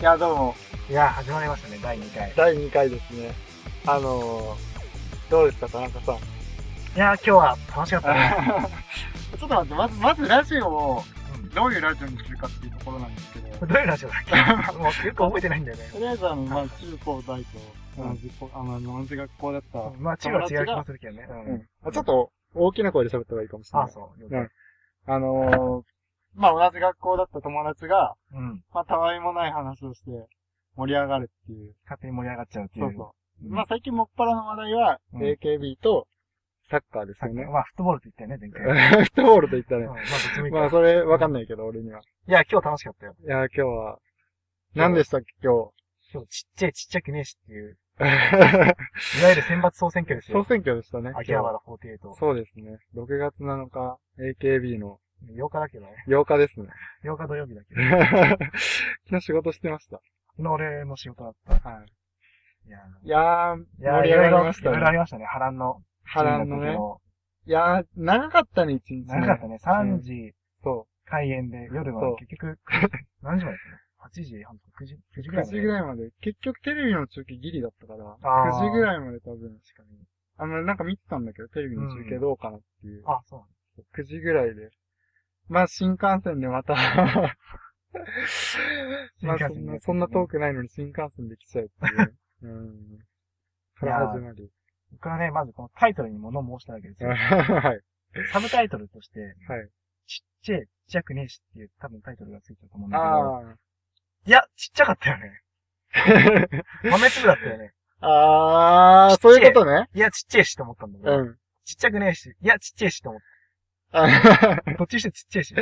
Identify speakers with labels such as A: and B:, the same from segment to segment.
A: いや、どうも。いや、始まりましたね、第2回。い
B: 第2回ですね。あのー、どうですか、田中さん。
A: や、今日は楽しかったね。
B: ちょっと待って、まず、まずラジオを
A: うん、
B: どういうラジオにするかっていうところなんですけど、
A: ど
B: と
A: ういうラジオだっ けもうよく覚えてないんだよね。
B: りあえず、あの、まあ、中高大と、同じこ、あの、同じ学校だった。
A: まあ、チームは違う気もするけどね。
B: うんまあちょっと、大きな声で喋った方がいいかもしれ
A: あ
B: な
A: あ、
B: い。
A: そう。
B: うんあのー、まあ、同じ学校だった友達が、
A: うん。
B: まあ、たわいもない話をして、盛り上がるっていう。
A: 勝手に盛り上がっちゃうってい。
B: そううそうう。
A: ん
B: まあ、最近もっぱらの話題は、
A: うん
B: AKB と、サッカーです
A: さっ
B: よ
A: き
B: ね。
A: まあ、フットボールって言ったよね、前回。
B: フットボールと言った
A: うん
B: ね
A: ま。あ、どっちもいい
B: まあ、
A: か。
B: それ、わかんないけど、俺には。
A: いや、今日楽しかったよ。
B: いや、今日は、何でしたっけ、今
A: 今日ちっちゃいちっちゃくねえしっていう、
B: 日。
A: いわゆる選抜総選挙です
B: 総
A: よ。
B: 選挙でしたね。
A: 秋葉原48。
B: そうですね。6月7日、AKB の
A: 8日だけどね。
B: 8日ですね。
A: 8日土曜日だけど。
B: 昨日仕事してました。
A: 昨日俺も仕事だっ
B: は
A: た。いやー
B: い。いやー、
A: いやー
B: 盛り
A: いろ
B: 上
A: い
B: がり
A: ろ、
B: ま
A: い
B: した
A: ろいろあ
B: ね。
A: りましたね。波乱の。
B: 波乱のね。
A: ね。
B: いやー、長かったね、一日
A: 長かっ
B: ね。
A: たね。3時
B: そ
A: 開演で、夜
B: そ
A: は
B: う
A: 結局、 何時までだったの ?8 時半とか9時、9時
B: う。
A: ぐら
B: 9
A: い
B: 時ぐら
A: い。
B: いまで。結局テレビの中継ギリだったから、
A: あー
B: 9時ぐらいまで多分、しかに。あの、なんか見てたんだけど、テレビの中継どうかなっていう。
A: あ、そう
B: 9時ぐらいで。まあ、新幹線で またまあ、そんな、そんな遠くないのに新幹線で来ちゃうっていう。うん。から始まり。
A: 僕はね、まずこのタイトルに物を申したわけですよ。
B: はい。
A: サブタイトルとして、
B: はい。
A: ちっちゃい、ちっちゃくねえしっていう多分タイトルがついてると思うんだけど。
B: あ
A: いや、ちっちゃかったよね。豆粒だった よね。
B: あ。ああ、そういうことね。
A: いや、ちっちゃいしと思ったんだけ
B: う
A: ど。
B: ん。
A: ちっちゃくねえし。いや、ちっちゃいしと思っ
B: あ
A: た。どっちにしてもちっちゃいし。ち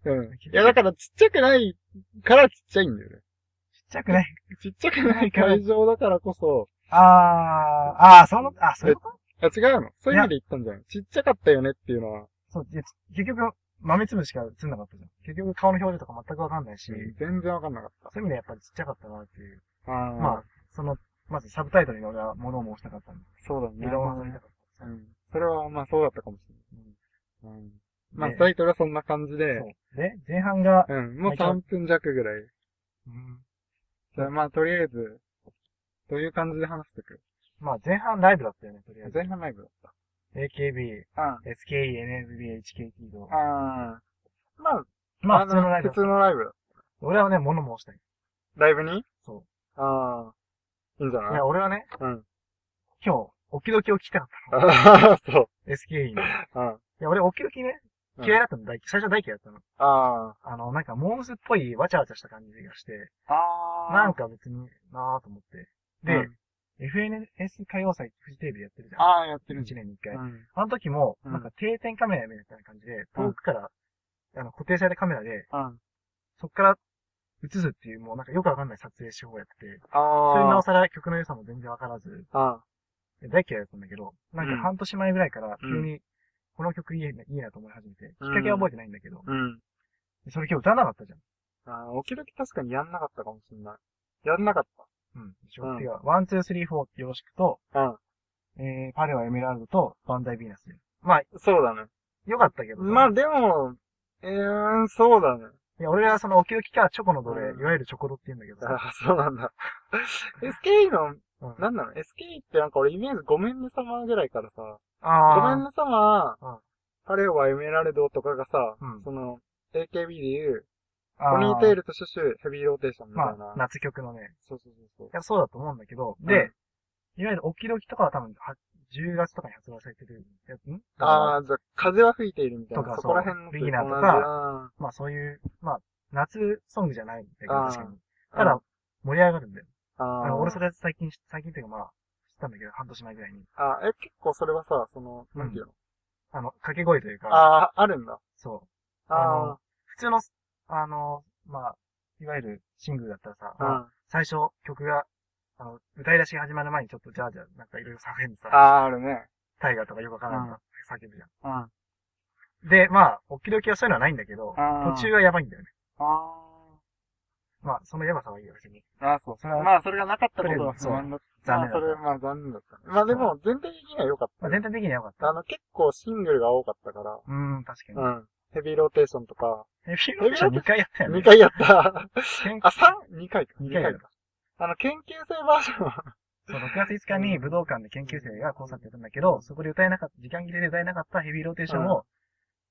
B: うん。いや、だからちっちゃくないからちっちゃいんだよね。
A: ちゃ くない。
B: ちっちゃくない会場だからこそ、
A: あー、あー、その、あ、そういうこ
B: あ、
A: と
B: 違うのそういう意味で言ったんじゃないちっちゃかったよねっていうのは、
A: そう、でつ結局、豆粒しか映んなかったじゃん。結局顔の表情とか全くわかんないし、
B: 全然わかんなかっ
A: そういう意味ではやっぱりちっちゃかったなっていう。
B: た。ああ。
A: まあ、その、まずサブタイトルに俺は物を申したかったんで、
B: そうだね。
A: 理論を挟みたかっ
B: うん。それは、まあそうだったかもしれない。うん。まあ、
A: ね
B: タイトルはそんな感じ
A: た。
B: で
A: そ、う。で、前半が、
B: うん、もう3分弱ぐらい。
A: うん
B: じゃあまあ、とりあえず、どういう感じで話していく
A: まあ前半ライブだったよね、とりあえず。
B: 前半ライブだっ
A: AKB、
B: た。あ
A: SKE、NSB、HKT と
B: あ。。ああ。まあ、
A: まあ
B: の
A: 普通のライブ
B: 普。通のライブだ。
A: 俺はね、物申したい。
B: ライブに。
A: そう
B: ああ。いいんじゃ
A: い
B: ない
A: や、俺はね、
B: うん。
A: 今日、オキドキを聞きたかっ
B: ああ、そう。
A: た。SKE の。い
B: うん。
A: や、俺オキドキね、
B: うん
A: 嫌いだったの、大最初は大嫌いだったの。
B: あ
A: あの、なんか、モームスっぽい、わちゃわちゃした感じがして、
B: あ。あ
A: なんか別になぁと思って。で、
B: うん
A: FNS 歌謡祭、フジテレビでやってるじゃん。
B: ああ、やってるん
A: 1
B: じ
A: 年に1
B: ゃ
A: 回。
B: ない
A: あの時も、
B: うん
A: なんか定点カメラみたいな感じで、遠くから、あの、固定されたカメラで、
B: うん。うん。
A: そっから映すっていう、もうなんかよくわかんない撮影手法やってて、
B: あ
A: それになお
B: あ。
A: さら曲の良さも全然わからず、
B: あ
A: で大嫌いだったんだけど、なんか半年前ぐらいから急に、この曲いいな、いいなと思い始めて、きっかけは覚えてないんだけど、
B: うん。
A: でそれ今日歌わなかったじゃん。
B: ああ、時々確かにやんなかったかもしれない。やんなかっ
A: うん。でし
B: う
A: ょ
B: ん
A: てか、ワン、ツー、スリー、フォーよろしくと、
B: た。うん。
A: えー、パレはエメラルドとバンダイビーナス。まあ、
B: そうだね。
A: よかったけどさ。
B: ま
A: い
B: あでも、えー、そうだね。
A: や、俺はその、オキドキかチョコの奴隷、
B: うん
A: いわゆるチョコドって言うんだけど
B: あ
A: さ。
B: あ、そうなんだ。SKE の、
A: うん
B: なんなの ?SKE ってなんか俺イメージごめんね様ぐらいからさ、
A: あ
B: ごめん
A: ね。
B: ね様
A: うん、
B: パレオはエメラルドとかがさ
A: うん、
B: その、AKB でいう、
A: あ
B: ポニーテー
A: ル。
B: ルとシュシュヘビーローテーションみたい
A: まあ、
B: な。
A: 夏曲のね。
B: そうそうそう
A: いや、そうだと思うんだけど、
B: ん
A: で、いわゆるオキドキとかは多分、は10月とかに発売されてるやつ、
B: そ
A: ん
B: う。ああ、じゃあ風は吹いているみたい
A: と
B: な。
A: か
B: そこら辺の
A: そうビギナーとか
B: 同じあ
A: まあ、そういう、まあ、夏ソングじゃないんだけど、
B: あー
A: 確かに。
B: ー
A: ただ、盛り上がるんだよ。
B: あ
A: あ
B: あ
A: の、俺それ最近、最近っていうかまあ、知ったんだけど、半年前ぐらいに。
B: あえ、結構それはさ、その、なんていうの
A: あの、掛け声というか、
B: ああ、あるんだ。
A: そう。
B: あ
A: 普通の、あの、まあ、いわゆるシングルだったらさ、
B: あ、うん。あ
A: 最初曲が、あの、歌い出しが始まる前にちょっとじゃあじゃあ、なんかいろいろ叫んでさ、
B: あ、あるね。
A: タイガーとかよくわからん
B: う
A: な、叫ぶじゃ
B: うん。あ
A: ん。で、まあ、おっきどきはそういうのはないんだけど、
B: あー
A: 途中はやばいんだよね。
B: あ。
A: まあ、そのやばさはいいよ、別に。
B: ああ、そう。
A: それは
B: まあ、それがなかったことは不安だった。まあ、そ
A: 残念だった
B: れ、まあ、残念だったね。まあ、でも、全体的には良かっ
A: ま
B: た
A: あ、
B: よ。
A: 全体的にはよかっ
B: あ
A: た。
B: の、結構シングルが多かったから。
A: うーん、確かに。
B: うん。ヘビーローテーションとか、
A: ヘビーローテーション2回やったよね。
B: 2回やった。
A: 研究
B: あ、3? 2回か。
A: 二回だ
B: 二か。あの、研究生バージョンは、
A: そう、6月5日に武道館で研究生がコンサートやったんだけど、そこで歌えなかった、時間切れで歌えなかったヘビーローテーションを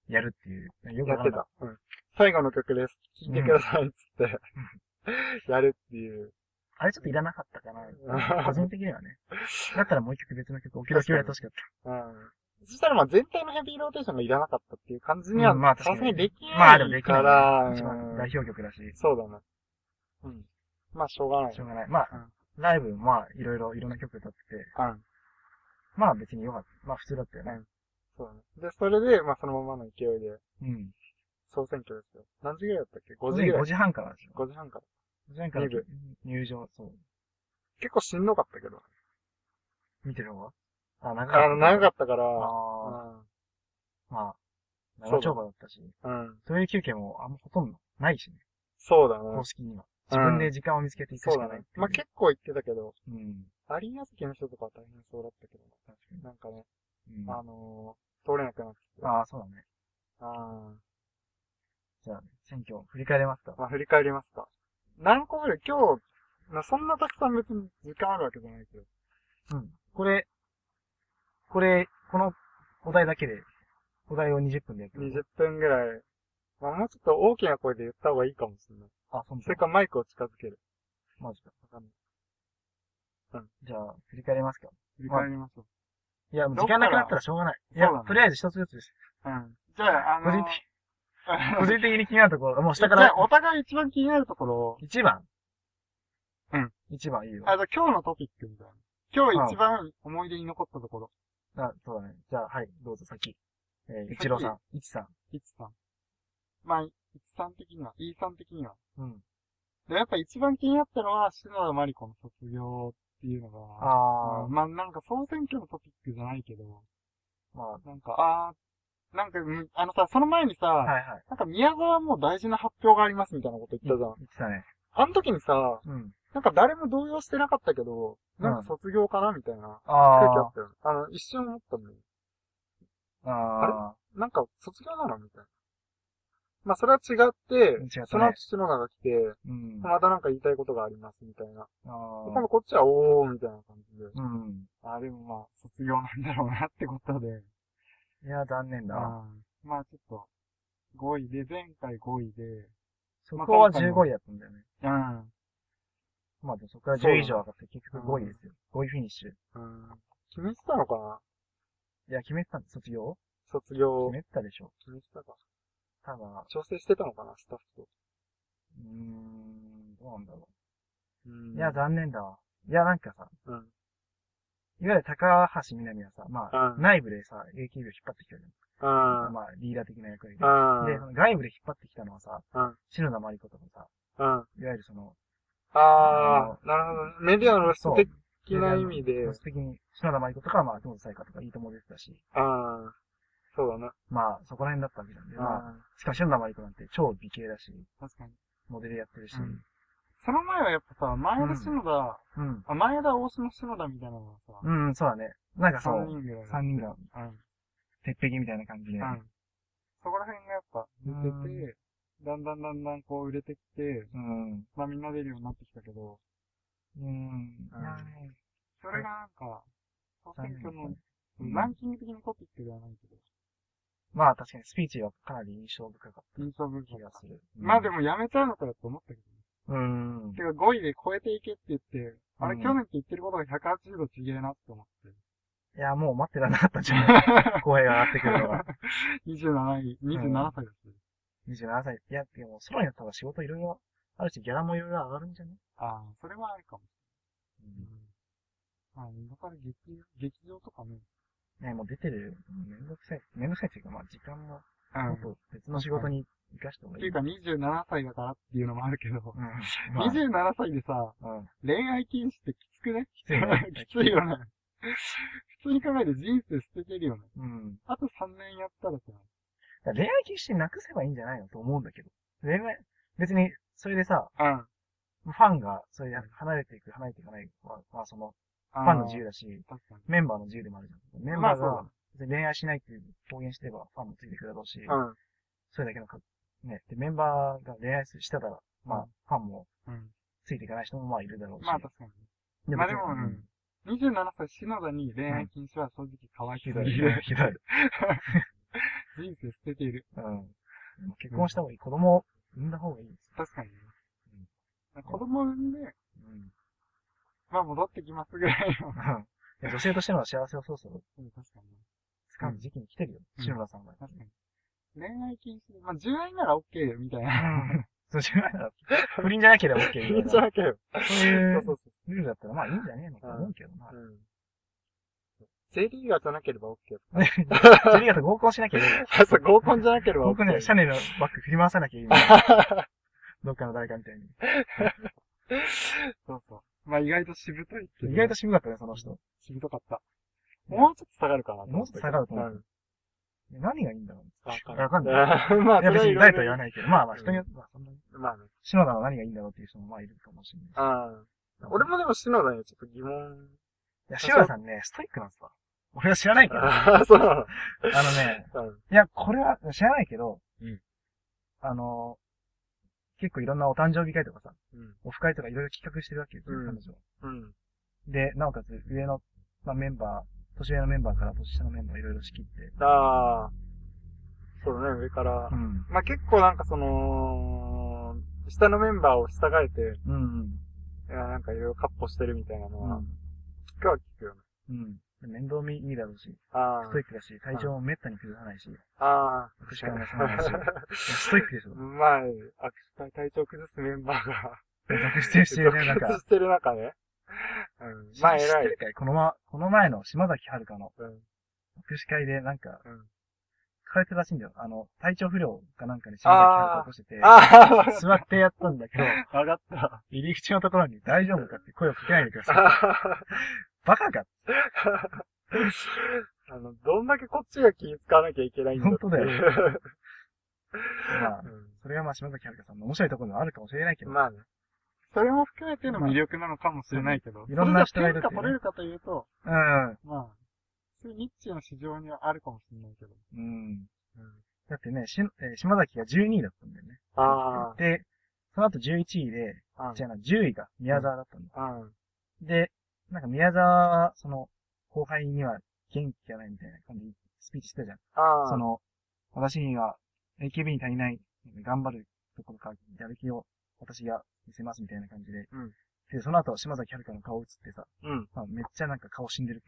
A: やるっていう。よく
B: や
A: わ
B: っ
A: か
B: て
A: ん
B: た。う
A: ない。
B: ん。最後の曲です。聴いてください、つって。やるっていう。
A: あれちょっといらなかったか な。個人的にはね。だったらもう一曲別の曲、オキドキをやってほしかっ
B: うん。そしたらまあ全体のヘビーローテーションがいらなかったっていう感じに
A: う
B: は、
A: んまあ
B: さすがにでき
A: た。ま
B: な
A: あでも
B: い
A: でき
B: か
A: ない
B: ら、
A: ね。
B: うん
A: 一番代表曲だし、
B: そうだな。うん。まあしょうがない。
A: しょうがない。まあ、ライブ、まあ、いろいろ、いろんな曲歌ってて、
B: うん。
A: まあ別に良かった。まあ普通だったよね。
B: そうだね。で、それで、まあそのままの勢いで、
A: うん。
B: 総選挙ですよ。何時ぐらいだったっけ ?5
A: 5
B: 時ぐらい。
A: 時半からでしょ。
B: 5時半から。
A: 5時半から
B: 二部
A: 入場、そう。
B: 結構しんどかったけど。
A: 見てる方が あ、長かった。
B: あの、長かったか
A: た
B: ら、
A: ああ、まあ、長丁場だったし、
B: うん。うん。
A: トイレ休憩もあんまほとんどないしね。
B: そうだね
A: 公。式には。自分で時間を見つけていく
B: そ
A: し
B: う
A: か
B: だ
A: ないっ
B: ね
A: て。いう
B: まあ結構行ってたけど、
A: うん。
B: アリーナ席の人とかは大変そうだったけど、
A: 確かに
B: なんかね、。
A: うん、
B: あのー、通れなくなってて。
A: ああ、そうだね。
B: あ
A: じゃあ、ね、選挙を振り返れますか
B: ーまあ振り返りますか。何個ぐらい今日、なそんなたくさん別に時間あるわけじゃないけど。
A: うん。これ、これ、このお題だけで、お題を20分でやってる。
B: 20分ぐらい。まあもうちょっと大きな声で言った方がいいかもしれない。
A: あ、そう
B: それかマイクを近づける。
A: マジか。
B: わかんない
A: じゃあ、振り返れますか
B: 振り返りましょう。
A: いや、もう
B: どっ
A: 時
B: から
A: 間なくなったらしょうがない。いや
B: そうだね、
A: とりあえず一つずつです。
B: うん。じゃあ、あの
A: 個
B: ー、
A: 人的、 個人的に気になるところ、もう下か
B: じゃ
A: ら
B: あ、お互い一番気になるところを、
A: 1番。
B: うん。
A: 1番いいよ。
B: あ、じゃあ今日のトピックみたいな。今日一番思い出に残ったところ。
A: あ、そうだね。じゃあ、はい、どうぞ先。えー、
B: 先
A: 一郎さん、一さ
B: いちさん。まあ、いちさん的には、いいさん的には。
A: ん。うん。
B: で、やっぱ一番気になったのは、篠田麻里子の卒業っていうのが、
A: あ
B: う
A: ー
B: ん、まあなんか総選挙のトピックじゃないけど、
A: ま
B: なんか、あー、なんか、うんあのさ、その前にさ、
A: あ、はいはい。
B: なんか宮沢も大事な発表がありますみたいなこと言ったじゃん。
A: 言ってたね。
B: あの時にさ、
A: うん。
B: なんか誰も動揺してなかったけど、なんか卒業かなみたいな空気あ
A: あ
B: ったよね。あの、一瞬思ったんだよ。
A: あ、あ
B: なんか、卒業なのみたいな。まあ、それは違って、
A: 違ったね
B: その後篠田が来て、
A: ー、うん。
B: またなんか言いたいことがあります、みたいな。
A: あ
B: で
A: ー
B: 今度こっちは、おー、みたいな感じで。
A: うん。
B: あ、でもまあ、卒業なんだろうなってことで。
A: いや、残念だわ。
B: うんまあ、ちょっと、5位で、前回5位で、
A: そこは
B: まあ今回も
A: 15位だったんだよね。
B: うん。
A: まあでもそこから
B: そうだ
A: 10
B: ね
A: 以上上がって結局5位ですよ。5位フィニッシュ。
B: うん。決めてたのかない
A: や、決めてたんで卒業
B: 卒業
A: 決。めてたでしょ。
B: 決めてたか。
A: ただ、う
B: 調整してたのかなスタッフと。
A: ーん、どうなんだろ
B: うん
A: う。いや、残念だわ。いや、なんかさ、
B: うん。
A: いわゆる高橋みなみはさ、まあ、
B: うん
A: 内部でさ、AKB を引っ張ってきたじ
B: うん
A: ゃん。。まあ、リーダー的な役割で。
B: うん。
A: で、その外部で引っ張ってきたのはさ、
B: うん
A: 篠田麻里子とかさ、
B: うん。
A: いわゆるその、
B: あー、なるほどね。メディアの露
A: そう
B: 出的な意味で。
A: 個人的に、篠田麻里子とかはまあ、秋元才加とかいいとも出てたし、
B: ああ、そうだな。
A: まあ、そこら辺だったわけなんで、まあ、
B: あ
A: しかも篠田麻里子なんて超美形だし、
B: あ、確かに。
A: モデルやってるし、
B: うんその前はやっぱさ、前田篠田、
A: うん。
B: あ、前田大島篠田みたいなのがさ、
A: うん、そうだね。なんかそ
B: 3
A: う、
B: 人ぐらい。
A: 三人が
B: うん。うん。
A: 鉄壁みたいな感じで。
B: そこら辺がやっぱ
A: う
B: 出て
A: ん
B: て、だんだんだんだんこう売れてきて、
A: うん。
B: まあみんな出るようになってきたけど、
A: う
B: う
A: ん。
B: んそれがなんか、総選挙の
A: うん
B: ランキング的なトピックではないけど、
A: まあ確かにスピーチはかなり印象深かった
B: 印象分
A: 気
B: 岐
A: が
B: が。
A: する。
B: まあで
A: も。
B: もやめちゃうのかよと思ったけどね。
A: うん。
B: てか5位で超えていけって言って、あれ
A: うん
B: 去年って言ってることが180度違えなって思って。
A: いや、もう待ってられなかったんじゃない公平が上がってくる のは。
B: 27位、27歳だし。
A: 27歳。いや、でも、ソロになったら仕事いろいろあるし、ギャラもいろいろ上がるんじゃない
B: ああ、それはあるかも。
A: う
B: うん
A: ん。
B: まあ、今から劇、劇場とかね。
A: ね、もう出てる、めんどくさい。めんどくさいっていうか、まあ時間も、
B: う
A: も
B: ん。
A: っと別の仕事に生かした方
B: っ
A: がい
B: て
A: い。
B: いうか27歳だからっていうのもあるけど、
A: うん。まあ
B: 27歳でさ、
A: うん。
B: 恋愛禁止ってきつ くね
A: きついね
B: きついよね。普通に考えて人生捨ててるよね。
A: うん。
B: あと3年やったらさ、
A: だから恋愛禁止なくせばいいんじゃないのと思うんだけど。恋愛、別に、それでさ、
B: うん。
A: ファンが、それで離れていく、離れていかないは、まあその、
B: フ
A: ファンの自由だし、
B: 確かに。
A: メンバーの自由でもあるじゃん。メ
B: ま
A: ンバ
B: あ
A: ー
B: そうだ
A: が別に恋愛しないっていう公言してればファンもついてくるだろうし、
B: うん。
A: それだけのか、ね、で、メンバーが恋愛してたら、
B: う
A: まあ
B: ん、
A: ファンも
B: うん。
A: ついていかない人もまあいるだろうし。
B: まあ確かに。
A: 別に
B: まあでも、
A: う
B: うんん。27歳、篠田に恋愛禁止は正直かわい
A: ひ
B: す
A: どい、
B: ぎ
A: ひど い
B: る。、
A: ひどい。
B: 人生捨てている。
A: うん。結婚した方がいい。子供を産んだ方がいいです
B: 確かにね。子供産んで、
A: よ。うん。
B: まあ戻ってきますぐらい の。
A: いや女性としての幸せをそろそろ
B: うん、確かに。
A: 掴む時期に来てるよ。
B: うん
A: 篠田さんが。
B: 確かに。恋愛禁止。まあ、純愛なら OK よ、みたい な。
A: そうじゃないなら、不倫じゃなければ OK み たいな。
B: けよ。
A: そういう
B: そうそ
A: ルールだったらまあいいんじゃねえのかと思うけどな。
B: う。うん。J リーガーじゃなければ OK よ。
A: ね ジェリーガと合コンしなきゃいけない。
B: あ、そう、合コンじゃなければ OK
A: 僕ね、シャネルのバッグ振り回さなきゃい いの。どっかの誰かみたいに。
B: そうそう。まあ、意外としぶといっていう
A: 意外と渋かったね、その人。
B: しぶとかった。もうちょっと下がるかな
A: もうちょっと下がると思う
B: うん。
A: 何がいいんだろう。
B: わ
A: わかんない。
B: ない。まあ、
A: いや別に誰とは言わ
B: い
A: ないけど、まあまあ人によって、まあそんなに。
B: ろいろ。まあね。
A: 篠田は何がいいんだろうっていう人もまあいるかもしれないし。
B: ああ。俺もでも篠田にちょっと疑問。
A: いや、篠田さんね、ストイックなんですわ。俺は知らないけど。あ
B: ああ、そうなの。
A: のね、いや、これは知らないけど、
B: うん
A: あの、結構いろんなお誕生日会とかさ、
B: うん。
A: オフ会とかいろいろ企画してるわけですよ、
B: うん
A: 彼女は。
B: うん。
A: で、なおかつ上の、まあ、メンバー、年上のメンバーから年下のメンバーいろいろ仕切って。
B: ああ。そうだね、上から
A: う。ん。
B: まあ結構なんかその、下のメンバーを従えて、
A: うん、
B: いやなんかいろいろカッポしてるみたいなの
A: う
B: は、
A: ん。
B: 今日は聞くよね。
A: うん。面倒見いいだろうし、
B: あ
A: ストイックだし、体調もめったに崩さないし、
B: あ。ああ。
A: 握手会もそうないし、いや ストイックでし ょ。
B: まあ、握手会体調崩すメンバーが、
A: 独占してるね、なん
B: 崩
A: か。
B: してる中ね。うん。まあ
A: 知っ
B: 偉
A: て
B: い
A: る。かいこのま、この前の島崎遥香の
B: うん。
A: 握手会でなんか、
B: うん
A: 書かれてるらしいんだよ。あの、体調不良かなんかに島崎遥香起こしてて、
B: あ
A: 座ってやったんだけど、
B: あわかった。
A: 入り口のところに大丈夫かって声をかけないでください。
B: あ
A: バカか
B: の、どんだけこっちが気に使わなきゃいけないんだっていう
A: 本当だよ。まあ、
B: うん
A: それがまあ島崎遥香さんの面白いところではあるかもしれないけど、
B: まあね。それも含めての魅力なのかもしれないけど、
A: いろんな人がいる
B: それ
A: って
B: が
A: い
B: 天下取
A: うね
B: れるかというと、
A: うん。
B: まあ、そういうニッチな市場にはあるかもしれないけど。
A: うん。
B: うん、
A: だってね、しえー島崎が12位だったんだよね。
B: あ
A: で、その後11位で、
B: あ、
A: 違うな、10位が宮沢だったんだ。
B: うん。うん。
A: で、なんか宮沢は、その、後輩には元気がないみたいな感じでスピーチしてたじゃん。
B: ああ、
A: その、私には AKB に足りない、頑張るところからやる気を私が見せますみたいな感じで。
B: うん
A: で、その後、島崎遥香の顔映ってさ、
B: うん。
A: まあ、めっちゃなんか顔死ん でる。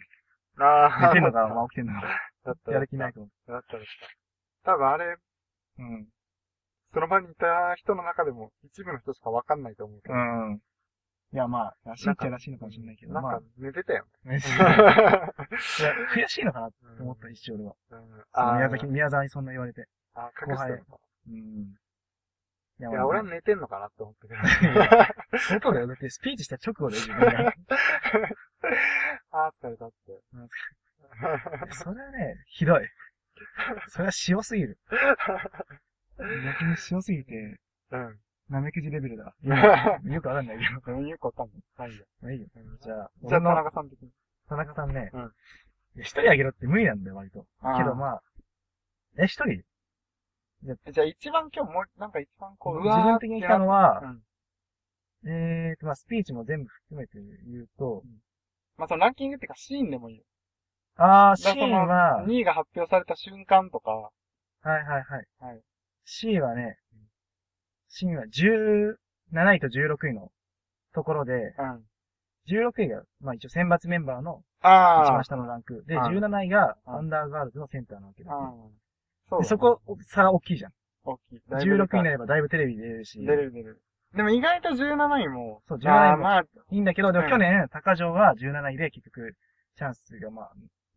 B: ああ、
A: 寝てんのか、まあ、起きてんの か、
B: だった。
A: やる気ない。と思って。
B: だったでした。多分あれ、
A: うん。
B: その場にいた人の中でも一部の人しかわかんないと思うけど。
A: うん。いや、まあ、らしいっちゃらしいのかもしれないけど、
B: なん
A: まあ
B: か、寝てたよ。
A: ねいや悔しいのかなって 思った、一瞬俺は。
B: うん
A: その
B: あ
A: 宮崎、宮沢にそんな言われて。
B: あ、隠してるのか。
A: うん。いや
B: いや、俺は
A: ね、
B: 寝てんのかなって思った けど。
A: 相当だよ。だってスピーチした直後で自 分が。
B: ああ、疲れたって。
A: うんそれはね、ひどい。それは塩すぎる。逆に塩すぎて、
B: うん。
A: なめくじレベルだ。よくわかんないけど。
B: でもよくわかんない。ないよ。
A: まあいいよ。じゃあ、
B: じゃ
A: 俺
B: あ、田
A: の
B: 中さん的に。
A: 田中さんね
B: うん、
A: いや一人あげろって無理なんだよ、割と。けど
B: あ
A: まあ、え、一人
B: ー、じゃあ一番今日も、なんか一番こう、
A: 自分的に来たのは
B: う、ん。
A: えーと、まあ、スピーチも全部含めて言うと、
B: まあ、そのランキングっていうかシーンでもいいよ。
A: あー、シ
B: だからそ
A: ーン
B: の
A: は、はい
B: 2位が発表された瞬間とか、
A: はいはい。
B: はい
A: C はね、シーンは17位と16位のところで、
B: うん。
A: 16位が、まあ一応選抜メンバーの一
B: あ
A: 番下のランク。で、
B: あー
A: 17位が
B: うん
A: アンダーガールズのセンターなわけ
B: ー
A: だ、
B: うん。そうだね
A: で、そこ、差大きいじゃん。
B: 大きい。だいぶ
A: 16位になればだいぶテレビ出れるし、
B: 出れる出れる。でも意外と17位も、
A: そう17位も
B: まあまあ、
A: いいんだけど、でも
B: うん
A: 去年、高城は17位で結局、チャンスがまあ、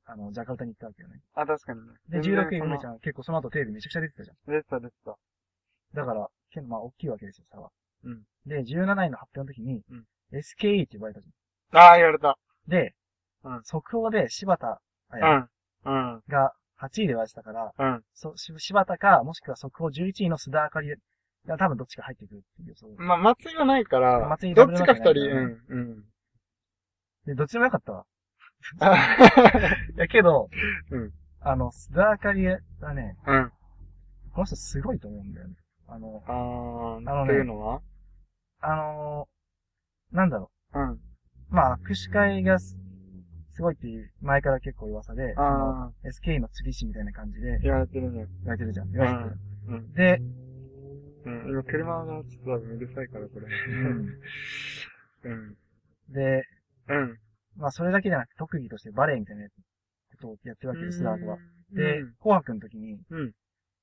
A: あの、ジャカルタに行ったわけよね。
B: あ、確かにね。
A: で、16位、梅ち
B: ゃ
A: ゃん結構その後テレビめちゃくちゃ出てたじゃん。
B: ん。出てた出てた。
A: だから、けどまあ大きいわけですよ、差は。
B: うん
A: で、17位の発表の時に、
B: うん
A: SKE って呼ばれたじ
B: ああ、言われた。
A: ゃん。で、
B: うん
A: 速報で柴田
B: う
A: 彩
B: ん。うん。
A: が8位で割れてたから、
B: うん。
A: そし柴田か、もしくは速報11位の須田あかりが多分どっちか入ってくるっていう予想。
B: まあ、松井はないから、
A: 松井
B: ど
A: ダブ
B: っ
A: ル
B: ち
A: な
B: か
A: わ
B: 二
A: け
B: 人、
A: な
B: う
A: いか
B: ん。
A: ら
B: うん。
A: で、どっちでもよかったわ。
B: あ
A: いやけど、
B: うん
A: あの、須田あかりはね、
B: うん。
A: この人すごいと思うんだよね。あの、
B: あ
A: あの
B: ー、
A: ね
B: というのは
A: あのーなんだろ
B: うん。
A: う。まあ、握手会がすすごいっていう、前から結構噂で、
B: あ
A: SK の釣り師みたいな感じで
B: ー、言われてるね。
A: 言われてるじゃん。言
B: う
A: われて
B: ん。うん。
A: る。
B: うん。今、車がちょっと多分うるさいから、これ。
A: で、うん
B: うん。
A: で、
B: うん。
A: まあ、それだけじゃなくて、特技としてバレエみたいなことをやってるわけです、スラートは。
B: うん。
A: で、紅白の時に、
B: うん。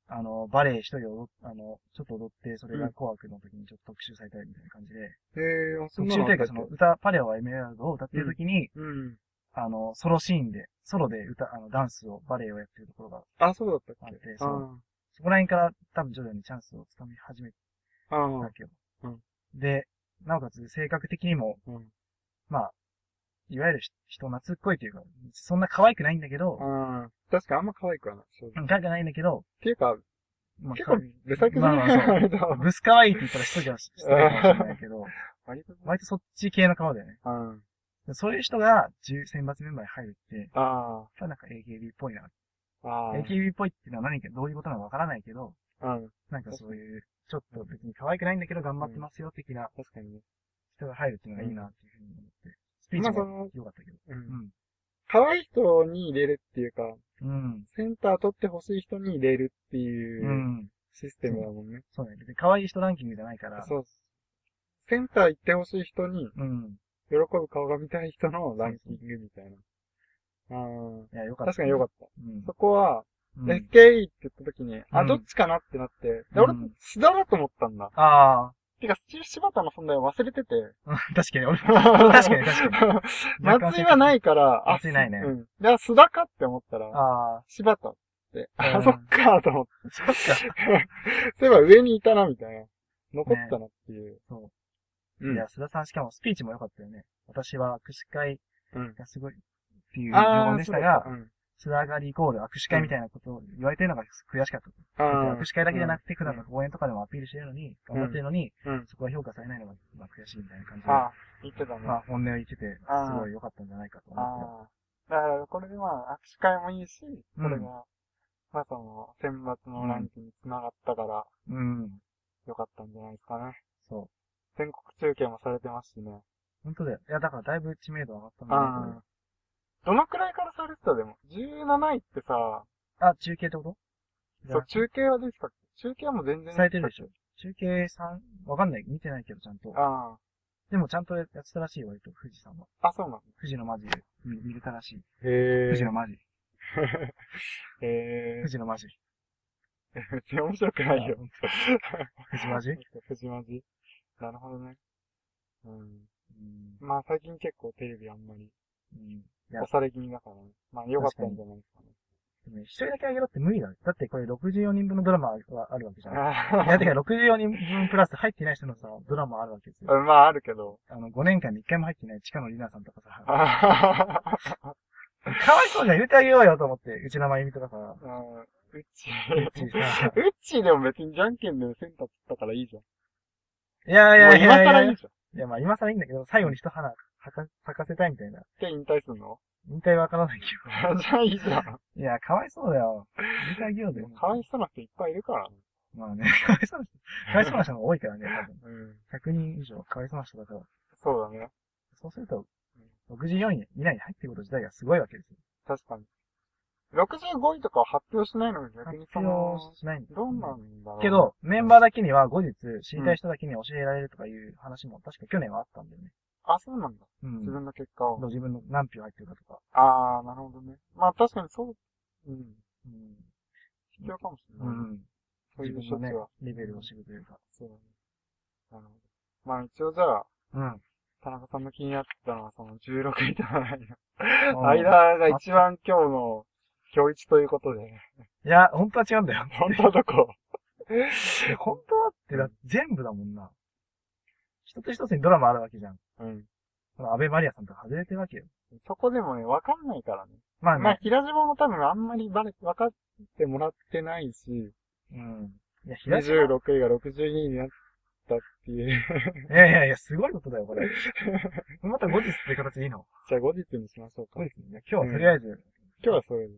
A: あの、バレエ一人踊っ、あの、ちょっと踊って、それが紅白の時にちょっと特集されたりみたいな感じで、
B: えー、あ、そん
A: 特
B: な
A: 集
B: のあ
A: とい
B: っ
A: うか、
B: たっけ
A: その歌、パレオはエメラルドを歌ってる時に、
B: うん。
A: あの、ソロシーンで、ソロで歌、あの、ダンスを、バレエをやってるところが、
B: あ、そうだったっ
A: あっ
B: け
A: て
B: あ
A: そうそこら辺から多分徐々にチャンスをつかみ始め
B: あ。ああ
A: た。けど、
B: うん
A: で、なおかつ性格的にも、
B: うん。
A: まあ、いわゆるひ人懐っこいというか、そんな可愛くないんだけど、
B: ああ。確かにあんま可愛くはない。正直。っ
A: 可愛くないんだけど、
B: ていうか、
A: まあ、
B: 結構、ブサイクじ
A: ま
B: ゃ
A: あ
B: な
A: まあ
B: い
A: そう
B: あれだわ
A: ブス可愛いって言ったら失礼かもし失礼かもしれないけど、
B: 割と
A: 割とそっち系の顔だよね。
B: うん。
A: でそういう人が10選抜メンバーに入るって、やっ
B: あ
A: ぱなんか AKB っぽいな。
B: あ。ああ。
A: AKB っぽいっていうのは何か、どういうことなのかわからないけど、
B: うん。
A: なんかそういう、ちょっと別に可愛くないんだけど頑張ってますよ、的な
B: 確かにね。
A: 人が入るっていうのがいいなっていうふうに思って。スピー
B: まあ
A: チ
B: そ
A: も
B: の、
A: 良かったけど。
B: う。
A: うんん。
B: 可愛い人に入れるっていうか、
A: うん。
B: センター取ってほしい人に入れるって
A: う。
B: いうんシステムだもんね。
A: そうね。別に可愛い人ランキングじゃないから。
B: そう。センター行ってほしい人に、
A: うん。
B: 喜ぶ顔が見たい人のランキングみたいな。あ
A: いや、良か
B: あ。
A: った。
B: 確かに良か
A: っ
B: った。
A: た。うん
B: そこは、
A: うん
B: SKE って言った時に、あ、
A: うん
B: どっちかなってなって、で
A: うん
B: 俺、須田だと思ったんだ。
A: あ
B: てか、柴田の存在を忘れてて。
A: あ。うん確 かに、俺も。
B: 確
A: かに確
B: かに。松井はないから、あ
A: 松井ないね
B: うん。で、あ須田かって思ったら、
A: ああ。
B: 柴田って、
A: う
B: あ、
A: ん
B: そっかと思って。
A: そっか。
B: そういえば上にいたな、みたいな。残ったなっていう。。
A: そうい
B: ん。
A: や、須田さんしかもスピーチも良かったよね。私は握手会
B: うん。
A: がすごいっていう疑
B: あ
A: 問
B: あ、
A: でした
B: そ
A: が、
B: うだ
A: 須田上がりイコール握手会みたいなことを言われてるのが悔しかった。
B: ったうん。ああ
A: 握手会だけじゃなくて、
B: うん
A: 普段の講演とかでもアピールしてるのに、頑張ってるのに、
B: うん。
A: そこが評価されないのがまあ悔しいみたいな感じで、
B: ああ、言ってたね。
A: まあ本音を言ってて、す
B: あー
A: ごい良かったんじゃないかと思って
B: ああ。だから、これでまあ、握手会もいいし、こ
A: うん
B: れが、まさの選抜のランキングに繋がったから、
A: た。うん。
B: よかったんじゃないですかね。
A: そう。
B: 全国中継もされてますしね。
A: 本当だよ。いや、だからだいぶ知名度上がったんだなと
B: ああ。どのくらいからされてたでも、17位ってさ、
A: あ、中継ってこと
B: そう、中継はできたっけ中継はもう全然。
A: されてるでしょ。中継さん、わかんない。見てないけど、ちゃんと。
B: あ
A: でもちゃんとやってたらしいよ、割と、富士さんは。
B: あ。あ、そうなんだ。
A: 富士のマジで見見れたらしい。
B: へ
A: 富士のマジ。
B: え。へえ
A: 富。士のマジ。
B: 別に面白くないよ。
A: 富士マジ
B: 藤マジなるほどね。うん。
A: うん。
B: まあ最近結構テレビあんまり
A: うん。いや
B: 押され気味だからね。まあ良かったんじゃないですかね。
A: でもね一人だけあげろって無理だよ。だってこれ64人分のドラマはあるわけじゃん。い
B: あ
A: や、てか64人分プラス入ってない人のさ、ドラマあるわけですよ。
B: あ。まああるけど。
A: あの、5年間に1回も入ってない近野里奈さんとかさ、
B: あははは
A: かわいそうじゃん、入れてあげようよと思って、うちのまゆみと かさ、
B: はうん。うち。
A: うちさ、
B: うちでも別にじゃんけんでセンター取ったからいいじゃん。
A: いやいやいやいや
B: もう今
A: い
B: 更
A: や
B: いい、じゃん。
A: いやまあ今更いいんだけど、最後に一花咲か咲かせたいみたいな。
B: って引退すんの
A: 引退わからないけ
B: じゃあいいじゃん。
A: ど。いや、かわいそうだよ。入れてあげようぜ。
B: かわいそうな人いっぱいいるからね。
A: まあね、 かわいそうな人、かわいそうな人が多いからね、
B: うん。
A: 多分。100人以上かわいそうな人だから。
B: そうだね。
A: そうすると、64位以内に入ってること自体がすごいわけですよ。
B: 確かに。65位とかは発表しないのに逆にそ
A: 発
B: の
A: 表、しないんだ
B: どうなんだろう。
A: け、ど、メンバーだけには後日、知りたい人だけに教えられるとかいう話も、確か去年はあったんだよね。
B: あ、そうなんだ。
A: うん。
B: 自分の結果を。
A: 自分の何票入ってるかとか。
B: あー、なるほどね。まあ確かにそう、うん。
A: うん。
B: 必要かもしれな
A: う
B: い。
A: ん。
B: そうい
A: 自
B: う
A: 分
B: 処
A: の
B: 置
A: ね
B: は。、
A: レベルを知るというか。
B: そうだね。なるほど。まあ一応じゃあ、
A: うん。
B: 田中さんの気になってたのはその16位と7位
A: うん
B: の間が一番今日の今日一ということで、
A: いや、本当は違うんだよ。
B: 本当はどこ
A: いや本当はってだ、全部だもんな。一つ一つにドラマあるわけじゃん。
B: うん。
A: この安倍マリアさんとか外れてるわけよ。
B: そこでもね、わかんないからね。
A: まあ
B: まあ
A: ね。
B: 平島も多分あんまりバレ、わかってもらってないし、
A: うん。いや、平島。い
B: 26位が62位になったっていう。
A: やいやいや、すごいことだよ、これ。また後日って形でいいの
B: じゃあ後日にしましょうか
A: 後。日。いや今日はとりあえず、
B: 今日はそれで。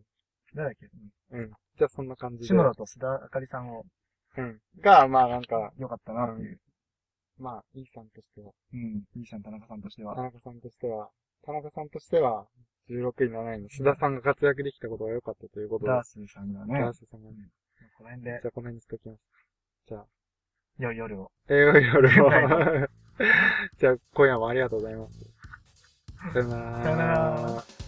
A: 誰だっけ、うん
B: うん。じゃあそんな感じで。
A: 志村と須田あかりさんを
B: うん。が、まあなんか、
A: 良かったなっていう。
B: まあ、イーさんとしては、
A: うん。イーさん、田中さんとして
B: 田
A: は。
B: 中さんとしては、田中さんとしては、16位、7位の須田さんが活躍できたことが良かったということで。
A: ダースさんがね、
B: ダースさんがね。
A: この辺
B: じゃ
A: で
B: あこの辺にしときます。じゃあ、
A: 良い夜を。
B: えー、よいよ
A: 現代の
B: じゃあ今夜もありがとうございます。さよなら。
A: さよなら